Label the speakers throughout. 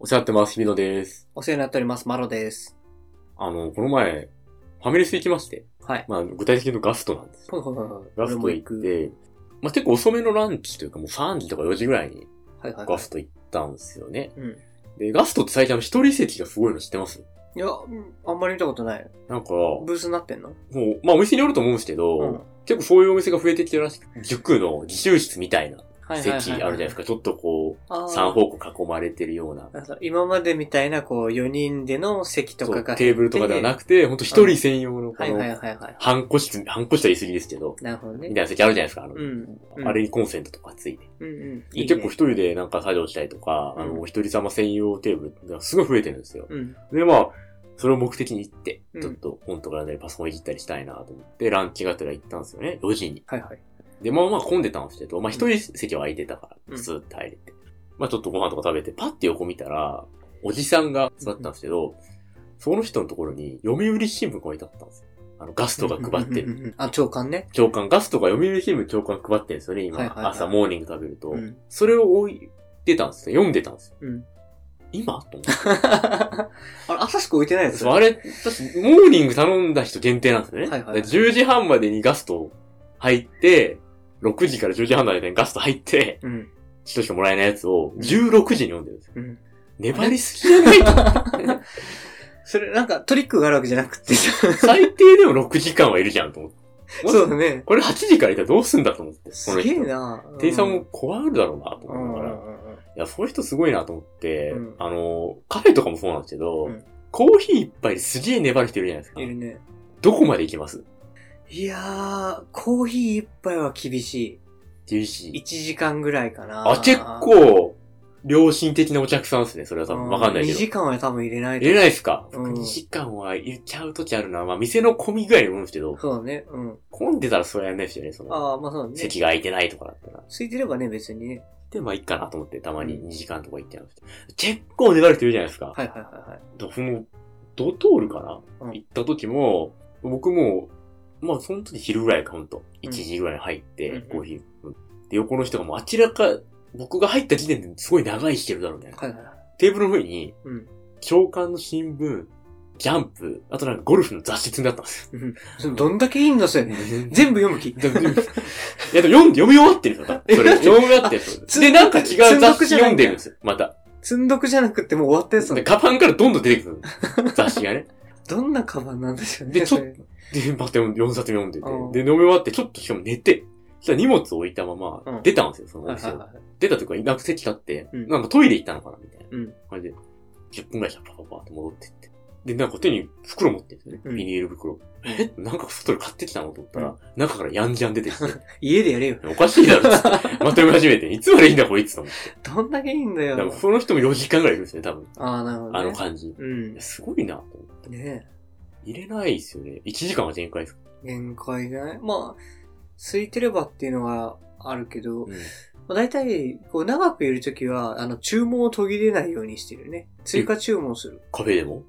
Speaker 1: お世話になってます、日比野です。
Speaker 2: お世話になっております、マロです。
Speaker 1: あの、この前、ファミレス行きまして、
Speaker 2: はい。
Speaker 1: まあ、具体的に言うとガストなんですよ。
Speaker 2: ほいほいほいほい。
Speaker 1: ガスト
Speaker 2: 俺も
Speaker 1: 行っ。て、まあ、結構遅めのランチというか、もう3時とか4時ぐらいに
Speaker 2: はいはい。
Speaker 1: ガス。ト行ったんですよね。
Speaker 2: うん。
Speaker 1: で、ガストって最近あの、一人席がすごいの知ってます
Speaker 2: いや、うんあんまり見たことない。
Speaker 1: なんか、も
Speaker 2: ブースになってんの
Speaker 1: う、まあ、お店によると思うんですけど、
Speaker 2: うん。は
Speaker 1: 結構そういうお店が増えてきてるらしく、塾の自習室みたいない
Speaker 2: はいはいはい。
Speaker 1: 席あるじゃないですか。ちょっとこう、
Speaker 2: あー
Speaker 1: 三方向囲まれてるような。
Speaker 2: あそう今までみたいな、こう、4人での席と
Speaker 1: そ
Speaker 2: か
Speaker 1: う
Speaker 2: が。
Speaker 1: テーブルとかではな
Speaker 2: く
Speaker 1: くて、ほんと一人専用のこ
Speaker 2: はいはいは
Speaker 1: の、
Speaker 2: いはい。
Speaker 1: 半個室、半個室は言い過ぎですけど、
Speaker 2: なるほど
Speaker 1: み
Speaker 2: ね。
Speaker 1: たいな席あるじゃないですか。あの、
Speaker 2: うん。うん
Speaker 1: あれにコンセントとかついて。
Speaker 2: うんうん。
Speaker 1: で
Speaker 2: いいね
Speaker 1: 結構一人でなんか作業したりとか、
Speaker 2: うん
Speaker 1: あの、お一人様専用テーブルがすごい増えてるんですよ。
Speaker 2: うん。
Speaker 1: で、まあ、それを目的に行って、
Speaker 2: うん
Speaker 1: ちょっと本とかでパソコンいじったりしたいなと思って、ランチがてら行ったんですよね、4時に。
Speaker 2: はいはい。
Speaker 1: で、まあまあ混んでたんですけど、まあ一人席は空いてたか
Speaker 2: う
Speaker 1: ら、
Speaker 2: ん
Speaker 1: スーッて入れて。まあちょっとご飯とか食べて、パッて横見たら、おじさんが座ってたんですけど、その人のところに読売新聞が置いてあったんですよ。あの、ガストが配って
Speaker 2: うんう
Speaker 1: る。
Speaker 2: んうんうん。あ、長官ね。
Speaker 1: 長官、ガストが読売新聞長官配ってるんですよね、今。
Speaker 2: はいはいはい
Speaker 1: 朝モーニング食べると。
Speaker 2: うん。
Speaker 1: それを置いてたんですよ。読んでたんですよ。
Speaker 2: うん。
Speaker 1: 今と思って。
Speaker 2: あれ、朝しか置いてないです
Speaker 1: そうあれ、私、モーニング頼んだ人限定なんですよね。
Speaker 2: はいはいはい
Speaker 1: 10時半までにガスト入って、6時から10時半の間にガスト入って、
Speaker 2: うん。
Speaker 1: 一人しかもらえないやつを
Speaker 2: うん
Speaker 1: 16時に読んでるんですよ。
Speaker 2: うん。
Speaker 1: 粘りすぎじゃないと
Speaker 2: それ、なんかトリックがあるわけじゃなくてさ。
Speaker 1: 最低でも6時間はいるじゃんと思って。
Speaker 2: そうだね。
Speaker 1: これ8時からいたらどうすんだと思って。この人
Speaker 2: すげえ。な
Speaker 1: 店員さんも怖がるだろうなと
Speaker 2: う
Speaker 1: 思
Speaker 2: ん
Speaker 1: う
Speaker 2: う
Speaker 1: から。
Speaker 2: んうんうん。
Speaker 1: いや、そういう人すごいなと思って、
Speaker 2: うん
Speaker 1: あの、カフェとかもそうなんですけど、
Speaker 2: うん
Speaker 1: コーヒー一杯ですげえ粘る人いるじゃないですか
Speaker 2: い。るね。
Speaker 1: どこまで行きます
Speaker 2: いやー、コーヒー一杯は厳し
Speaker 1: 厳
Speaker 2: い。
Speaker 1: しい。
Speaker 2: 1時間ぐらいかな。
Speaker 1: あ、結構、良心的なお客さんですね。それは多分わかんないけ
Speaker 2: 2
Speaker 1: ど。
Speaker 2: 時間は多分入れないと
Speaker 1: 入れないですか、
Speaker 2: うん
Speaker 1: 僕2時間は入れちゃう時あるな。まあ、店の混み具合にもよるんですけど、
Speaker 2: そうだね。うん。
Speaker 1: 混んでたらそれはやんないですよね。その、
Speaker 2: ああ、まあそうだね。
Speaker 1: 席が空いてないとかだったら。
Speaker 2: 空いてればね、別にね。
Speaker 1: で、まあ、いっかなと思って、たまに
Speaker 2: う
Speaker 1: 2時間とか行っちゃうんですけど結構粘る人いるじゃないですか。
Speaker 2: はいはいはいはい。
Speaker 1: どその、ドトールかな、
Speaker 2: うん
Speaker 1: 行った時も、僕も、まあその時昼ぐらいか、ほんと。
Speaker 2: う
Speaker 1: 1
Speaker 2: ん
Speaker 1: 時ぐらいに入って、
Speaker 2: うんうん
Speaker 1: コーヒー、うんで、横の人がもう明らか、僕が入った時点ですごい長いしてるだろうね。
Speaker 2: はいはいはい。
Speaker 1: テーブルの上に、
Speaker 2: うん。
Speaker 1: 長官の新聞、ジャンプ、あとなんかゴルフの雑誌積んであったんです
Speaker 2: うんそのどんだけいいんだ、それ。
Speaker 1: よ。
Speaker 2: 全部読む気。
Speaker 1: ででいや、でも読んで、読み終わってるんですよ、多分それ。
Speaker 2: え
Speaker 1: 読み終わってるんです
Speaker 2: つ
Speaker 1: よ。で、なんか違う雑誌
Speaker 2: 積んどくじゃな
Speaker 1: 読
Speaker 2: い
Speaker 1: ん
Speaker 2: んだ
Speaker 1: でるんですよ、また。
Speaker 2: 積んどくじゃなくってもう終わったやつな
Speaker 1: で、
Speaker 2: の
Speaker 1: カバンからどんどん出てくる。 雑誌がね。
Speaker 2: どんなカバンなんでしょうね。
Speaker 1: でちょっ
Speaker 2: それ
Speaker 1: で、 また4冊読んでて、
Speaker 2: うん
Speaker 1: で、飲み終わって、ちょっとしかも寝て、そしたら荷物置いたまま
Speaker 2: う、ん
Speaker 1: 出たんですよ、そのお
Speaker 2: はい
Speaker 1: 店
Speaker 2: はい
Speaker 1: を。
Speaker 2: はい。
Speaker 1: 出たというか、いなく席立って、
Speaker 2: うん
Speaker 1: なんかトイレ行ったのかな、みたいな。
Speaker 2: うん。
Speaker 1: 感じで、10分ぐらいしたらパパパーって戻ってって。で、なんか手に袋持ってるんですよ
Speaker 2: う
Speaker 1: ね。
Speaker 2: ん
Speaker 1: ビニール袋。えなんか外で買ってきたのと思ったら、中からヤンジャン出てきて、
Speaker 2: 家でやれよ。
Speaker 1: おかしいだろ、つって。また 読み始めて、いつまでいいんだ、こいつと思って。
Speaker 2: どんだけいいんだ
Speaker 1: だから
Speaker 2: よ。
Speaker 1: その人も4時間ぐらいいるんですね、多分。
Speaker 2: ああ、なるほどね。
Speaker 1: あの感じ。い
Speaker 2: うん
Speaker 1: や。すごいな、と思って。
Speaker 2: ね
Speaker 1: 入れないですよね。1時間は限界です。
Speaker 2: え。限界じゃないまあ、空いてればっていうのはあるけど、
Speaker 1: うん
Speaker 2: まあ、大体、こう、長くいるときは、あの、注文を途切れないようにしてるよね。追加注文する。
Speaker 1: カフェでも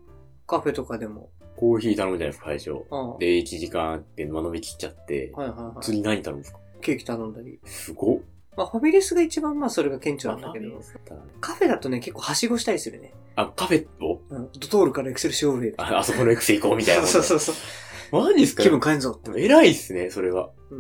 Speaker 2: カフェとかでも。
Speaker 1: コーヒー頼むじゃないですか、最初。
Speaker 2: ああ
Speaker 1: で、1時間あって飲み切っちゃって、
Speaker 2: はいはいは
Speaker 1: 次何頼むんですか
Speaker 2: い。ケーキ頼んだり。
Speaker 1: すごっ。
Speaker 2: まあ、ファミレスが一番まあ、それが顕著なんだけ
Speaker 1: ま
Speaker 2: ど
Speaker 1: あ、
Speaker 2: カフェだとね、結構はしごしたりするね。
Speaker 1: あ、カフェを
Speaker 2: うん。ドトールからエクセルしようぜ。
Speaker 1: ああそこのエクセ行こうみたいな。
Speaker 2: そうそうそう。
Speaker 1: う。マジっすか
Speaker 2: 気分変えんぞって。
Speaker 1: でも偉いっすね、それは。
Speaker 2: うー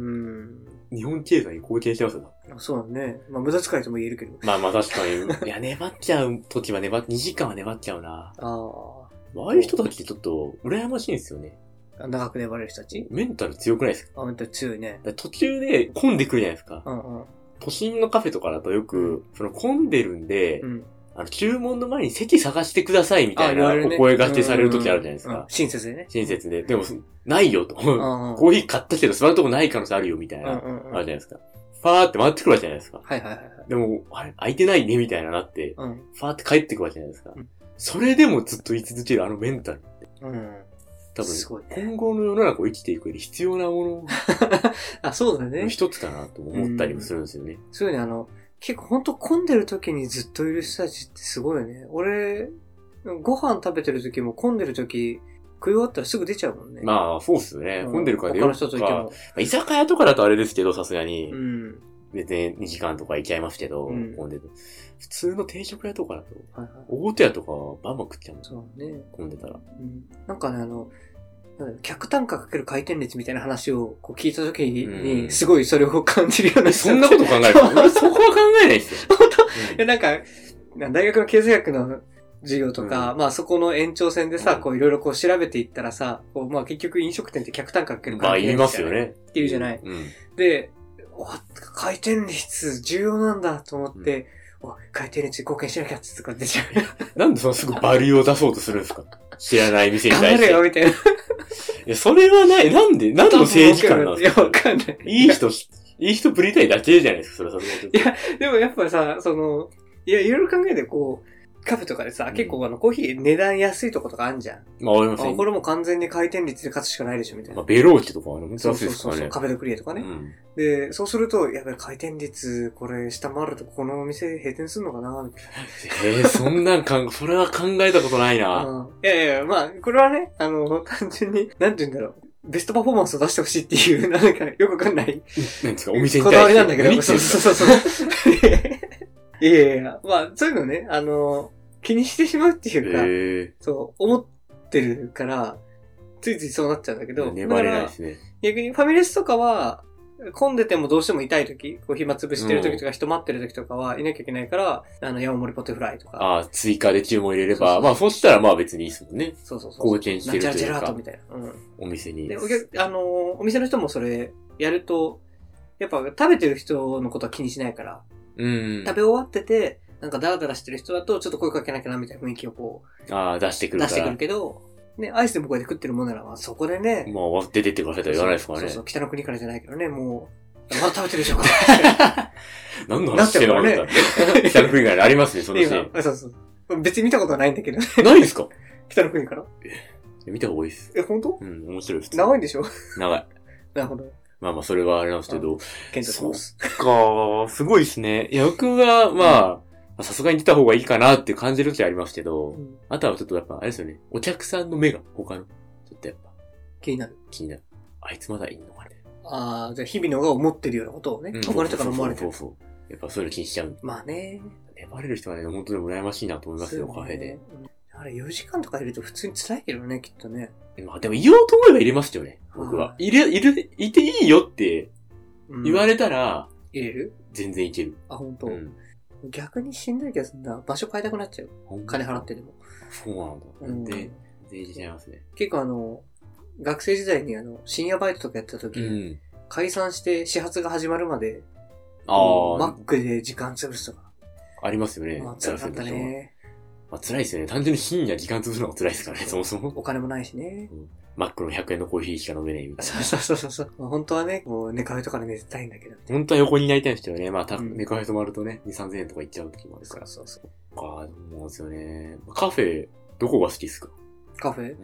Speaker 2: ん。
Speaker 1: 日本経済に貢献してますよ。
Speaker 2: そうだね。まあ、無駄遣いとも言えるけど。
Speaker 1: まあまあ確かに。いや、粘っちゃう時は粘っ、2時間は粘っちゃうな。
Speaker 2: あ
Speaker 1: ああいう人たちってちょっと、羨ましいんですよね。
Speaker 2: あ。長く粘れる人たち
Speaker 1: メンタル強くないですか
Speaker 2: あ、本当に強いね。
Speaker 1: だから途中で混んでくるじゃないですか
Speaker 2: う。んうん。
Speaker 1: 都心のカフェとかだとよく、その混んでるんで
Speaker 2: う、ん。
Speaker 1: あの、注文の前に席探してくださいみたい
Speaker 2: 言
Speaker 1: な
Speaker 2: われる
Speaker 1: お
Speaker 2: ね
Speaker 1: 声がけされる時あるじゃないです
Speaker 2: うんうん
Speaker 1: か
Speaker 2: うん。親切でね。
Speaker 1: 親切で。でも、ないよと。
Speaker 2: うん
Speaker 1: コ
Speaker 2: うん。
Speaker 1: ーヒー買ったけど座るとこない可能性あるよみたいな。あ
Speaker 2: うん
Speaker 1: る
Speaker 2: うんうん。
Speaker 1: じゃな
Speaker 2: はい
Speaker 1: いですか。ファーって回ってくるわけじゃないですか。
Speaker 2: はいはいはい。
Speaker 1: でも、あれ、空いてないねみたいななって、
Speaker 2: うん。
Speaker 1: ファーって帰ってくるわけじゃないですか
Speaker 2: うん。
Speaker 1: それでもずっと居続けるあのメンタル。
Speaker 2: うん。
Speaker 1: 多分、
Speaker 2: すごいね
Speaker 1: 今後の世の中を生きていく上で必要なも
Speaker 2: あ、そうだね
Speaker 1: のの。一つだなと思ったりもするんですよね。
Speaker 2: そうよね、あの、結構ほんと混んでる時にずっといる人たちってすごいよね。俺、ご飯食べてる時も混んでる時、食い終わったらすぐ出ちゃうもんね。
Speaker 1: まあ、そうっすよね。
Speaker 2: う
Speaker 1: 混んでるから出よ
Speaker 2: 他の
Speaker 1: う
Speaker 2: 人といて
Speaker 1: か。ま
Speaker 2: も。
Speaker 1: あ居酒屋とかだとあれですけど、さすがに
Speaker 2: う。ん。
Speaker 1: 別に2時間とか行っちゃいますけど、
Speaker 2: うん
Speaker 1: 混んでる。普通の定食屋とかだと、
Speaker 2: はいはい。
Speaker 1: 大手屋とかバンバン食っちゃうもん
Speaker 2: そうね。
Speaker 1: 混んでたら。
Speaker 2: うん。なんかね、あの、なんだろう客単価かける回転率みたいな話をこう聞いた時
Speaker 1: う
Speaker 2: に、
Speaker 1: ん
Speaker 2: すごいそれを感じるようになっち
Speaker 1: そ
Speaker 2: ゃって
Speaker 1: んなこと考えるの俺 そこは考えないですよ。
Speaker 2: 本当
Speaker 1: うん
Speaker 2: え、なんか、な大学の経済学の授業とか、まあそこの延長線でさ、
Speaker 1: うん
Speaker 2: こういろいろこう調べていったらさ、こうまあ結局飲食店って客単価かける
Speaker 1: まあ、
Speaker 2: 回
Speaker 1: 言
Speaker 2: 転
Speaker 1: います
Speaker 2: 率
Speaker 1: よね。
Speaker 2: っていうじゃない。
Speaker 1: うん。
Speaker 2: で、わ回転率重要なんだと思って、わ回転率に貢献しなきゃってとか出ちゃう。
Speaker 1: なんでそのすぐバリューを出そうとするんですか 知らない店に
Speaker 2: 頑
Speaker 1: 対
Speaker 2: 張
Speaker 1: して
Speaker 2: れ。よみたいな。
Speaker 1: いやそれはない。なんで、何の政治家なん
Speaker 2: い
Speaker 1: で
Speaker 2: や、
Speaker 1: すか
Speaker 2: わかんない。
Speaker 1: いい人、いい人ぶりたいだけじゃないですか、それはそれはちょっと
Speaker 2: いやでもやっぱさ、その、いや、いろいろ考えてこう、カフェとかでさ、
Speaker 1: ん
Speaker 2: 結構あの、コーヒー値段安いとことかあんじゃん。
Speaker 1: まあ、わかりま
Speaker 2: あ
Speaker 1: せん。
Speaker 2: これもう完全に回転率で勝つしかないでしょ、みたい
Speaker 1: まあ、
Speaker 2: な。
Speaker 1: ベローチとかはね、
Speaker 2: そ
Speaker 1: 珍
Speaker 2: う
Speaker 1: しい
Speaker 2: そ
Speaker 1: ですか
Speaker 2: うそう
Speaker 1: ら
Speaker 2: そう、
Speaker 1: ね。
Speaker 2: カフェドクリエとかね。
Speaker 1: うん
Speaker 2: で、そうすると、やっぱり回転率、これ下回るとこのお店閉店すんのかなみたい
Speaker 1: えー、そんなんかん、それは考えたことない
Speaker 2: な。
Speaker 1: な。
Speaker 2: うんいやいやいや、まあ、これはね、あの、単純に、なんて言うんだろう。ベストパフォーマンスを出してほしいっていう、 なんか、よくわかんない。
Speaker 1: なんですか、お店に
Speaker 2: こ
Speaker 1: 対して。
Speaker 2: だわりなんだけど、
Speaker 1: 何言って
Speaker 2: そ
Speaker 1: ん
Speaker 2: う
Speaker 1: ですか
Speaker 2: そうそうそう。 いやいやいや、まあ、そういうのね、あの、気にしてしまうっていうか、
Speaker 1: え
Speaker 2: そう、思ってるから、ついついそうなっちゃうんだけど、
Speaker 1: ー、粘
Speaker 2: だか
Speaker 1: れない
Speaker 2: ら
Speaker 1: ですね。
Speaker 2: 逆にファミレスとかは、混んでてもどうしても痛い時、こう暇つぶしてる時とか人待ってる時とかはいなきゃいけないから、あの、山盛りポテフライとか、
Speaker 1: ああ、追加で注文入れれ
Speaker 2: そうそうそ
Speaker 1: ば、
Speaker 2: う
Speaker 1: まあ、そしたらまあ別にいいですもんね。
Speaker 2: そうそうそう。
Speaker 1: 貢献してると
Speaker 2: なんちゃらジェ
Speaker 1: いう
Speaker 2: ラート
Speaker 1: か
Speaker 2: み、たいな。うん。
Speaker 1: お店に
Speaker 2: で、。お客、あのーお店の人もそれやると、やっぱ食べてる人のことは気にしないから、
Speaker 1: うん。
Speaker 2: 食べ終わってて、なんかダラダラしてる人だとちょっと声かけなきゃなみたいな雰囲気をこ
Speaker 1: ああ、出してくる
Speaker 2: う出
Speaker 1: か
Speaker 2: してく
Speaker 1: ら
Speaker 2: る。けど、ね、アイスでもこうやって食ってるもんなら、まあそこでね、
Speaker 1: まあ、割って出てくださいとは言わないですからね
Speaker 2: そう。そう、北の国からじゃないけどね、もう、まだ食べてるでしょ うか。
Speaker 1: 何の話してるのか
Speaker 2: だってもう
Speaker 1: な 北の国からありますね、そのシーン。
Speaker 2: 今、そうそう。別に見たことはないんだけどね。
Speaker 1: ないですか
Speaker 2: 北の国から。
Speaker 1: 見た方がいいです。
Speaker 2: え、本当
Speaker 1: うん、面白いです。
Speaker 2: 長い
Speaker 1: い
Speaker 2: んでしょ
Speaker 1: 長い。
Speaker 2: なるほど。
Speaker 1: まあまあ、それはあれなんですけど。
Speaker 2: 検討します。
Speaker 1: かすごいですね。いや、僕は、まあ、さすがに出た方がいいかなって感じる時ありますけど、
Speaker 2: うん
Speaker 1: あとはちょっとやっぱ、あれですよね、お客さんの目が、他の、ちょっとやっぱ、
Speaker 2: 気になる。
Speaker 1: 気になる。あいつまだいんのかね。
Speaker 2: ああ、じゃあ日々のが思ってるようなことをね、
Speaker 1: うん
Speaker 2: 思われたから思われて
Speaker 1: そ
Speaker 2: る
Speaker 1: う。そうそうそう。やっぱそういうの気にしちゃうんで。
Speaker 2: まあね。
Speaker 1: 粘れる人はね、本当に羨ましいなと思いますよ、
Speaker 2: そう
Speaker 1: カフ
Speaker 2: ね
Speaker 1: ェで。。
Speaker 2: うんあれ、4時間とかいると普通に辛いけどね、きっとね。
Speaker 1: まあでも、言おうと思えば入れますよね、僕は
Speaker 2: は。
Speaker 1: いれ、いる、いていいよって
Speaker 2: うん
Speaker 1: 言われたら、
Speaker 2: 入れる
Speaker 1: 全然いける。
Speaker 2: あ、本当、
Speaker 1: うん。
Speaker 2: 逆にしんどい気がするんだ。場所変えたくなっちゃう。金払ってでも。
Speaker 1: そうなんだ。
Speaker 2: うん
Speaker 1: で、全然違いますね。
Speaker 2: 結構あの、学生時代にあの、深夜バイトとかやってた時、
Speaker 1: ん。
Speaker 2: 解散して始発が始まるまで、マ
Speaker 1: あ
Speaker 2: ックで時間潰すとか。
Speaker 1: あ、ありますよね。
Speaker 2: まあ、辛かった
Speaker 1: 辛い人は
Speaker 2: ね。
Speaker 1: まあ、辛いですよね。単純に深夜時間潰すのが辛いですからね、そもそも。
Speaker 2: お金もないしね。
Speaker 1: マックの100円のコーヒーしか飲めないみたいな。
Speaker 2: そうそうそうそう。まあ 本当はね、こう、寝かべとかで寝てたいんだけど。
Speaker 1: 本当は横になりたいんですけどね。まあ、た、
Speaker 2: うん
Speaker 1: ネクハイ泊まるとね、2、3000円とかいっちゃう時もあるから。
Speaker 2: そうそう。
Speaker 1: ああ、でも思うんですよね。カフェ、どこが好きですか
Speaker 2: カフェ
Speaker 1: うん。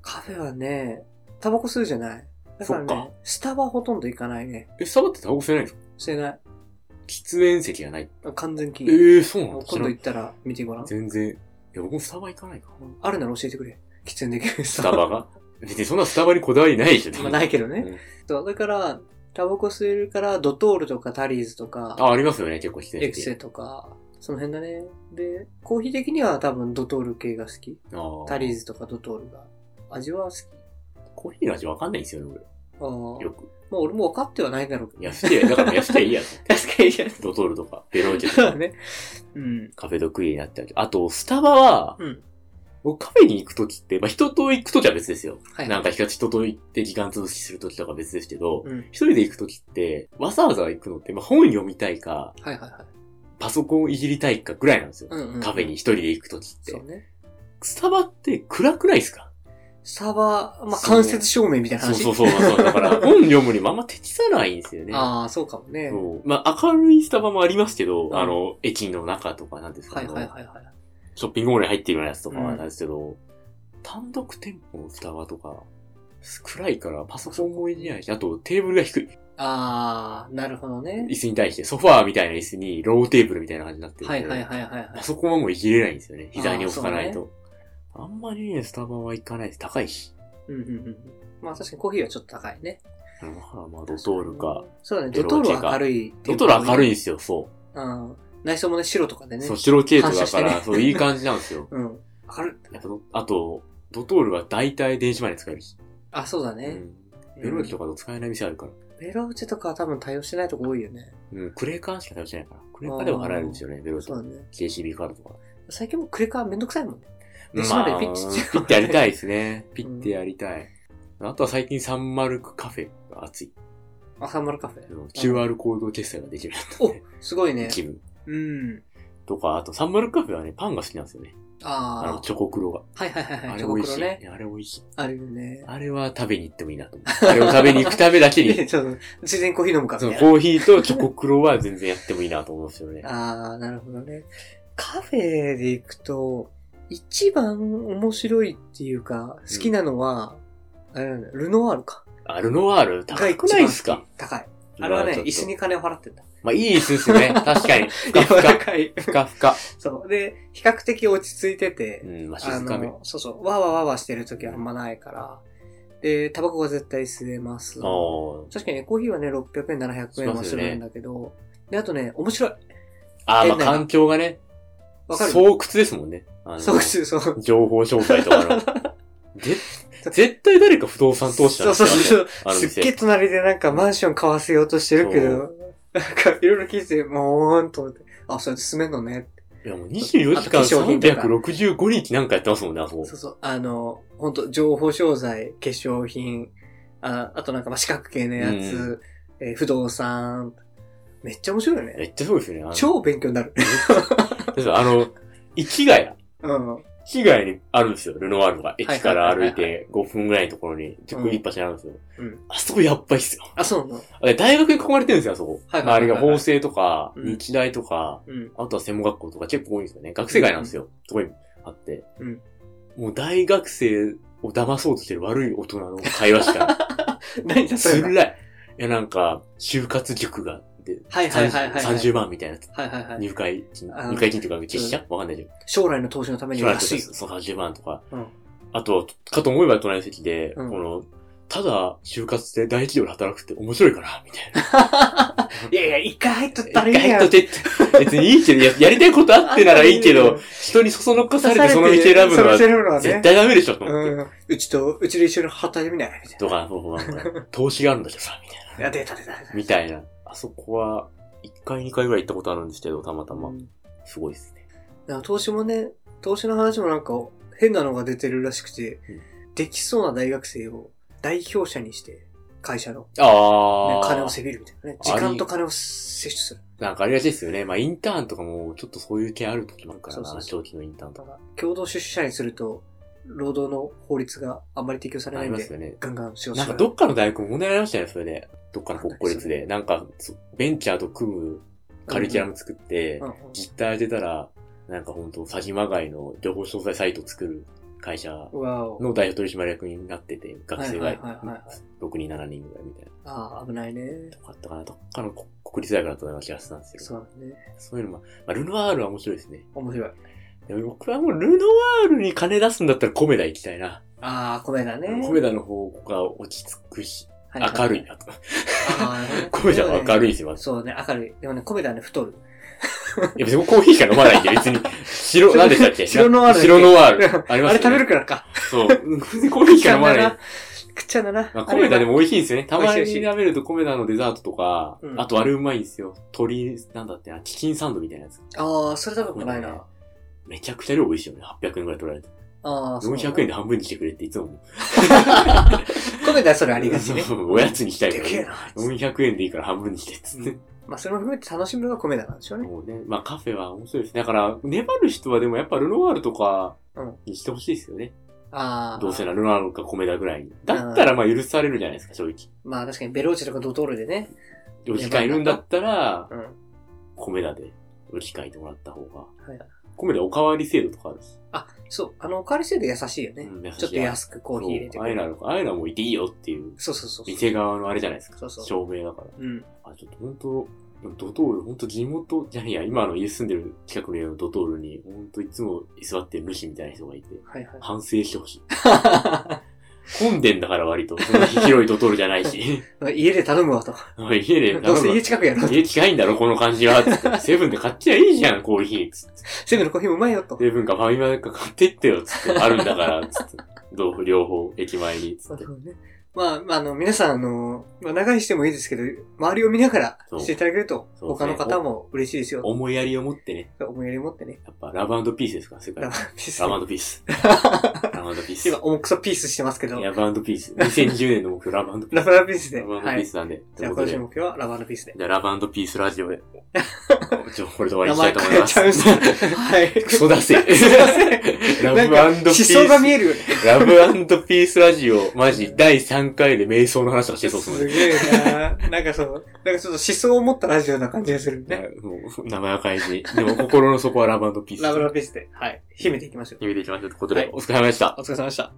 Speaker 2: カフェはね、タバコ吸うじゃない。だから
Speaker 1: そっか
Speaker 2: ね、スタバほとんど行かないね。
Speaker 1: え、サバってタバコ吸えないんですか
Speaker 2: してない。
Speaker 1: 喫煙席がない。
Speaker 2: 完全禁
Speaker 1: ええ
Speaker 2: 煙。
Speaker 1: そうなん
Speaker 2: もう
Speaker 1: だ。
Speaker 2: 今度行
Speaker 1: 知
Speaker 2: ったら見てごら
Speaker 1: らん。
Speaker 2: ん
Speaker 1: 全然。いや、僕もスタバ行かないか。
Speaker 2: あるなら教えてくれ。喫煙できる
Speaker 1: スタ。バが。 別にそんなスタバにこだわりないでしょ、でも
Speaker 2: まあないけど
Speaker 1: う
Speaker 2: ね。
Speaker 1: ん
Speaker 2: そう、だから、タバコ吸えるから、ドトールとかタリーズとか、
Speaker 1: あ、ありますよね、結構喫
Speaker 2: エ
Speaker 1: 煙
Speaker 2: ク
Speaker 1: 席。
Speaker 2: セとか、その辺だね。で、コーヒー的には多分ドトール系が好き。
Speaker 1: ああ。
Speaker 2: タリーズとかドトールが。味は好き。
Speaker 1: コーヒーの味わかんないんですよね、
Speaker 2: ああ
Speaker 1: 俺。よく。
Speaker 2: まあ俺も分かってはないんだろうけど。
Speaker 1: 安くて、だから安くていいやつ。
Speaker 2: 確かに。そう
Speaker 1: ドトールとか、ベローチェと
Speaker 2: だ
Speaker 1: か、
Speaker 2: ね。うん。
Speaker 1: カフェドクイーンになっちゃうけど。あと、スタバは、
Speaker 2: うん。
Speaker 1: 僕カフェに行くときって、まあ、人と行くときは別ですよ。
Speaker 2: はい。
Speaker 1: なんか人と行って時間潰しするときとか別ですけど、
Speaker 2: うん。
Speaker 1: 一人で行くときって、わざわざ行くのって、まあ、本読みたいか、
Speaker 2: はいはいはい。
Speaker 1: パソコンいじりたいかぐらいなんですよ。
Speaker 2: うんうんうん。
Speaker 1: カフェに一人で行くときって
Speaker 2: そう。ね。
Speaker 1: スタバって暗くないですか
Speaker 2: スタバ、まあ、
Speaker 1: そう
Speaker 2: 間接照明みたいな
Speaker 1: そう
Speaker 2: 話。
Speaker 1: そうそうそう。だから、本読むにもあんま適さないんですよね。
Speaker 2: ああ、そうかもね。
Speaker 1: そうまあ、明るいスタバもありますけど、
Speaker 2: うん
Speaker 1: あの、駅の中とかなんですか、
Speaker 2: はい
Speaker 1: あの
Speaker 2: はいはいはい。
Speaker 1: ショッピングモールに入っているようなやつとか
Speaker 2: う
Speaker 1: は
Speaker 2: ん
Speaker 1: なんですけど、単独店舗のスタバとか、暗いからパソコンもいじないし、あとテーブルが低い。
Speaker 2: ああ、なるほどね
Speaker 1: 椅。子に対して、ソファーみたいな椅子にローテーブルみたいな感じになってるんで
Speaker 2: はいはいはいはいはい。
Speaker 1: パソコンはもういじれないんですよね。膝に
Speaker 2: あー
Speaker 1: 置かない
Speaker 2: そ
Speaker 1: と。あんまりね、スタバは行かないです。高いし。
Speaker 2: うんうんうん。まあ確かにコーヒーはちょっと高いね。
Speaker 1: 野原まあドトールか。。
Speaker 2: そうだね、ドトールは明るいってい
Speaker 1: ドト
Speaker 2: うか。
Speaker 1: ール明るいん
Speaker 2: い。
Speaker 1: ですよ、そ
Speaker 2: うん。内装もね、白とかで
Speaker 1: う。
Speaker 2: ね。
Speaker 1: そう、白系統だか
Speaker 2: 反射して
Speaker 1: ら、
Speaker 2: ね。
Speaker 1: そう、いい感じなんですよ
Speaker 2: うん。明るい。
Speaker 1: やっぱどあと、ドトールは大体電子マネー使えるし。
Speaker 2: あ、そうだ
Speaker 1: う
Speaker 2: ね。
Speaker 1: ん。ベロ駅とかと使えない店あるから。
Speaker 2: ベロ打ちとかは多分対応してないとこ多いよね。
Speaker 1: うん、クレカしか対応してないから。クレカでも払えるんですよね、ベロ駅
Speaker 2: そ
Speaker 1: と
Speaker 2: う
Speaker 1: か
Speaker 2: だ。ね。
Speaker 1: JCB カードとか。
Speaker 2: 最近もうクレカめんどくさいもんね。
Speaker 1: ま
Speaker 2: で
Speaker 1: あ
Speaker 2: 島根ピッチ
Speaker 1: ピッてやりたいですね。ピッてやりたい。あとは最近サンマルクカフェが熱い。
Speaker 2: あ、サンマルカフェ。
Speaker 1: QR コード決済ができるようにな
Speaker 2: お
Speaker 1: ったね、
Speaker 2: すごいね。
Speaker 1: 一部。
Speaker 2: うん。
Speaker 1: とか、あとサンマルクカフェはね、パンが好きなんですよね。あの、
Speaker 2: あ
Speaker 1: チョコクロ
Speaker 2: あ。はいはいはい
Speaker 1: が。あ
Speaker 2: はい。
Speaker 1: れ
Speaker 2: チ
Speaker 1: 美
Speaker 2: ョコ
Speaker 1: 味
Speaker 2: ク
Speaker 1: し
Speaker 2: ロ
Speaker 1: い。
Speaker 2: ね。
Speaker 1: あれ美味しい。
Speaker 2: あるよね。
Speaker 1: あれは食べに行ってもいいなと思う。あれを食べに行くためだけに、
Speaker 2: ちょっと、 ついでにコーヒー飲むか
Speaker 1: そ
Speaker 2: み
Speaker 1: の
Speaker 2: たいな。
Speaker 1: コーヒーとチョコクロは全然やってもいいなと思うんですよね。
Speaker 2: ああ、なるほどね。カフェで行くと、一番面白いっていうか、好きなのは、あれなんだ、ルノワールか。
Speaker 1: あルノワール
Speaker 2: が
Speaker 1: 高
Speaker 2: 一
Speaker 1: く
Speaker 2: 番
Speaker 1: ないですか
Speaker 2: 好き高い。あれはね、
Speaker 1: ちょっと
Speaker 2: 椅子に金を払ってんだ。
Speaker 1: まあいい椅子です ね。確かに。ふか
Speaker 2: 柔
Speaker 1: ふ
Speaker 2: ら
Speaker 1: か。
Speaker 2: かい。
Speaker 1: ふかふか。
Speaker 2: そう。で、比較的落ち着いてて
Speaker 1: う、ん、まあ
Speaker 2: あ
Speaker 1: 静かめ。あ
Speaker 2: の、そうそう、わーわーわーわーしてる時はあんまないから、で、タバコが絶対吸えます。
Speaker 1: あー。
Speaker 2: 確かにねコーヒーはね、600円、700円はするんだけど、で、あとね、面白い。
Speaker 1: あーまあ
Speaker 2: 店内が
Speaker 1: 環境がね、
Speaker 2: わかる
Speaker 1: 巣窟ですもんね。あの
Speaker 2: そうそうそう。
Speaker 1: 情報商材とか の。ぜ、絶対誰か不動産投資なん
Speaker 2: そうそうそう。
Speaker 1: あの
Speaker 2: すっ
Speaker 1: 店
Speaker 2: げえ隣でなんかマンション買わせようとしてるけ
Speaker 1: そ
Speaker 2: ど、なんかいろいろ聞いて、もーんと思って、あ、それで住めんのね。
Speaker 1: いやもう24時間
Speaker 2: あと化粧品とか
Speaker 1: 365日なんかやってますもんね、あそこ。
Speaker 2: そうそう。あの、本当情報商材、化粧品、ああとなんかまあ四角形のやつ、えー不動産。めっちゃ面白いよ
Speaker 1: め
Speaker 2: ね。
Speaker 1: っちゃそうですよね。あの
Speaker 2: 超勉強になる。
Speaker 1: ですよあの、市ヶ谷。
Speaker 2: うん。
Speaker 1: 市街にあるんですよ、ルノワールが。
Speaker 2: はい
Speaker 1: 駅から歩い
Speaker 2: はいは
Speaker 1: て5分ぐらいのところに、直立橋にあるんですよ。
Speaker 2: うん
Speaker 1: あそこやっばいっすよ。
Speaker 2: あ、そうなの
Speaker 1: あれ大学に囲まれてるんですよ、あそこ。
Speaker 2: はいはいはいはい
Speaker 1: 周りが法政とか、
Speaker 2: うん
Speaker 1: 日大とか、
Speaker 2: うん。
Speaker 1: あとは専門学校とか結構多いんですよね。学生街なんですよ。そこにあって。
Speaker 2: うん
Speaker 1: もう大学生を騙そうとしてる悪い大人の会話しか。
Speaker 2: 何だ
Speaker 1: つ
Speaker 2: それ。
Speaker 1: らい。いや、なんか、就活塾が、で、
Speaker 2: はいはいはいはいはい。
Speaker 1: 30万みたいなやつ。
Speaker 2: はいはいはい。
Speaker 1: 入会金、
Speaker 2: あの
Speaker 1: 入会金というか、実写わかんないけど。
Speaker 2: 将来の投資のために
Speaker 1: 将来
Speaker 2: は
Speaker 1: と
Speaker 2: 安い。
Speaker 1: そう、30万とか。
Speaker 2: うん
Speaker 1: あと、かと思えば隣の席で、
Speaker 2: うん
Speaker 1: この、ただ、就活で大企業で働くって面白いから、みたいな。
Speaker 2: いやいや、一回入っとっ
Speaker 1: 一
Speaker 2: たらいい
Speaker 1: 回
Speaker 2: や
Speaker 1: 入っとってって別にいいけど、ややりたいことあってならいいけど、、人にそそのかされてその道選ぶのは
Speaker 2: そ、の道選ぶのはね
Speaker 1: 絶対ダメでしょ、と思って。
Speaker 2: うん。うちと、うちで一緒に働いてみないみたい
Speaker 1: とか、そうなんか投資があるんだけどさ、みたい
Speaker 2: な。いや、出た出た出
Speaker 1: な。みたいな。あそこは、一回、二回ぐらい行ったことあるんですけど、たまた
Speaker 2: た。
Speaker 1: ま
Speaker 2: う。ん
Speaker 1: すごいですね。
Speaker 2: だから投資もね、投資の話もなんか変なのが出てるらしくて、できそうな大学生を代表者にして、会社の、ね
Speaker 1: ああ。
Speaker 2: 金をせびるみたいなね。時間と金を摂取する。
Speaker 1: なんかありがちですよね。まあ、インターンとかも、ちょっとそういう系ある時もあるから
Speaker 2: そう
Speaker 1: な、
Speaker 2: そうそ
Speaker 1: 長期のインターンと
Speaker 2: た
Speaker 1: か。
Speaker 2: だ、共同出資者にすると、労働の法律があんまり適用され
Speaker 1: あ
Speaker 2: ない
Speaker 1: り
Speaker 2: ん
Speaker 1: ま、
Speaker 2: です
Speaker 1: よね。
Speaker 2: ガンガン仕事
Speaker 1: なん
Speaker 2: す
Speaker 1: か
Speaker 2: る
Speaker 1: どっかの大学も問題ありましたよね、それで。どっかの国公立で。なんか、そうベンチャーと組むカリキュラム作って
Speaker 2: うん、うん
Speaker 1: 実態当てたら、なんかほんと詐欺まがいの情報詳細サイト作る会社
Speaker 2: うんわお。
Speaker 1: の代表取締役になってて、学生が
Speaker 2: はいはいはいはいはい
Speaker 1: 6人、7人ぐらいみたいな
Speaker 2: ああ、危ないね。
Speaker 1: とかあったかな。どっかの国国立大学だったような気がしたんですけ
Speaker 2: そ
Speaker 1: ど。
Speaker 2: うだね。
Speaker 1: そういうのも、まあ、ルノワールは面白いですね。
Speaker 2: 面白い。
Speaker 1: でも僕はもうルノワールに金出すんだったらコメダ行きたいな。
Speaker 2: ああ、米だね。
Speaker 1: コメダの方が落ち着くし、
Speaker 2: はいはい
Speaker 1: 明るい。なと。
Speaker 2: あー
Speaker 1: コメダは明るいですよ、まず
Speaker 2: そうね、明るい。でもね、米だね、太る。
Speaker 1: いや、別にコーヒーしか飲まないんで、別に。白、なんでしたっけ
Speaker 2: 白ノワール
Speaker 1: 白ノワール。ありま
Speaker 2: あ
Speaker 1: すよ
Speaker 2: れ食べ
Speaker 1: ね
Speaker 2: るからか。
Speaker 1: そう。別にコーヒーしか飲まない。
Speaker 2: 食っちゃうんだな。
Speaker 1: まあ、コメダでも美味しいんですよね。たま
Speaker 2: 美
Speaker 1: に
Speaker 2: 味しい美味しい
Speaker 1: 食べるとコメダのデザートとか
Speaker 2: う、ん
Speaker 1: あとあれうまいんですよ。鶏、なんだってな、チキンサンドみたいなやつ。
Speaker 2: ああ、それ食べたことない
Speaker 1: コメ
Speaker 2: な。
Speaker 1: ダねめちゃくちゃ量美味しいよね。800円くらい取られて。
Speaker 2: ああ、そう。
Speaker 1: 400円で半分にしてくれっていつも思う。
Speaker 2: 米だ、それありがちね。
Speaker 1: そう おやつにしたい
Speaker 2: で
Speaker 1: から
Speaker 2: けえ
Speaker 1: ね。
Speaker 2: な。
Speaker 1: 400円でいいから半分にしてっつって。
Speaker 2: まあ、それも含めて楽しむのが米だなんでしょうね。
Speaker 1: もうね、まあカフェは面白いです。だから、粘る人はでもやっぱルノワールとか
Speaker 2: うん
Speaker 1: にしてほしいですよね。
Speaker 2: ああ。
Speaker 1: どうせなルノワールかコメダぐらいに。だったらまあ許されるじゃないですか、正直。
Speaker 2: まあ、確かにベローチェとかドトールでね。
Speaker 1: 4時間いるんだったら、
Speaker 2: うん。
Speaker 1: コメダで4時間いてもらった方が。
Speaker 2: はい
Speaker 1: コメダおかわり制度とかあるし。
Speaker 2: あ、そう。あの、おかわり制度優しいよね。
Speaker 1: うん優しい
Speaker 2: ちょっと安くコーヒー入れて
Speaker 1: そう
Speaker 2: く
Speaker 1: ああい
Speaker 2: れ
Speaker 1: うのあ
Speaker 2: る。
Speaker 1: るからああいうのはもういていいよっていう、
Speaker 2: そうそうそうそう。
Speaker 1: 店側のあれじゃないですか。
Speaker 2: そうそう
Speaker 1: 証明だから。
Speaker 2: うん。
Speaker 1: あ、ちょっと本当ドトール、本当地元じゃねえや、今の家住んでる近くの家のドトールに、本当いつも居座ってる主みたいな人がいて、
Speaker 2: はいはい。
Speaker 1: 反省してほしい。混んでんだから割と。そんな広いところじゃない し。
Speaker 2: 家で頼むわと。
Speaker 1: おい家で、
Speaker 2: どうせ家近くやろ。
Speaker 1: 家近いんだろ、この感じは。つってセブンで買っちゃいいじゃん、コーヒー。つって
Speaker 2: セブンのコーヒーもうまいよと。
Speaker 1: セブンかファミマか買ってってよ、つって。あるんだから、つ って。同歩両方、駅前に、つ
Speaker 2: そ
Speaker 1: っ
Speaker 2: う
Speaker 1: て
Speaker 2: そ。うね。まあ、まあ、あの、皆さん、あの、まあ、長いしてもいいですけど、周りを見ながら
Speaker 1: そう
Speaker 2: していただけると、
Speaker 1: そうです
Speaker 2: 他
Speaker 1: ね
Speaker 2: の方も嬉しいですよ。
Speaker 1: 思いやりを持ってね。
Speaker 2: 思いやり持ってね。
Speaker 1: やっぱ、ラブピースですから、世界
Speaker 2: ラ
Speaker 1: は
Speaker 2: バ。ーピース
Speaker 1: ラ。ブピース。 ラブピース。
Speaker 2: 今、重くそピースしてますけど、
Speaker 1: ラブピース。2010年の目標、ラブピー
Speaker 2: ラ
Speaker 1: ス。
Speaker 2: バーピースで。
Speaker 1: ラブピ
Speaker 2: は
Speaker 1: ー
Speaker 2: い。
Speaker 1: スなんで。と
Speaker 2: じ
Speaker 1: い
Speaker 2: ゃ
Speaker 1: う
Speaker 2: あ、
Speaker 1: こと
Speaker 2: 今週
Speaker 1: で
Speaker 2: の。目標はラバーピースで。
Speaker 1: じゃあ、ラブピースラジオ で。ちょ、これで終わり
Speaker 2: 名
Speaker 1: にした
Speaker 2: 前
Speaker 1: いと思いま
Speaker 2: 変えち
Speaker 1: す
Speaker 2: ゃ。うんだ。 はい。
Speaker 1: クソだせ。ラブ
Speaker 2: なん
Speaker 1: ピ
Speaker 2: か、
Speaker 1: ー
Speaker 2: 思
Speaker 1: ス。
Speaker 2: 想が見えるよね。
Speaker 1: ラブピースラジオ、マジ、第3回で瞑想の話とかしてそうっすもん
Speaker 2: す
Speaker 1: ね。
Speaker 2: げえななんかそう、なんかちょっと思想を持ったラジオな感じがするね。
Speaker 1: もう名前は変えずに。でも、心の底はラブピース。
Speaker 2: ラブラピースで、はい。秘めていきましょう。
Speaker 1: 決めていきましょうということで、
Speaker 2: はい
Speaker 1: お疲れ様でした。
Speaker 2: お疲れ様でした。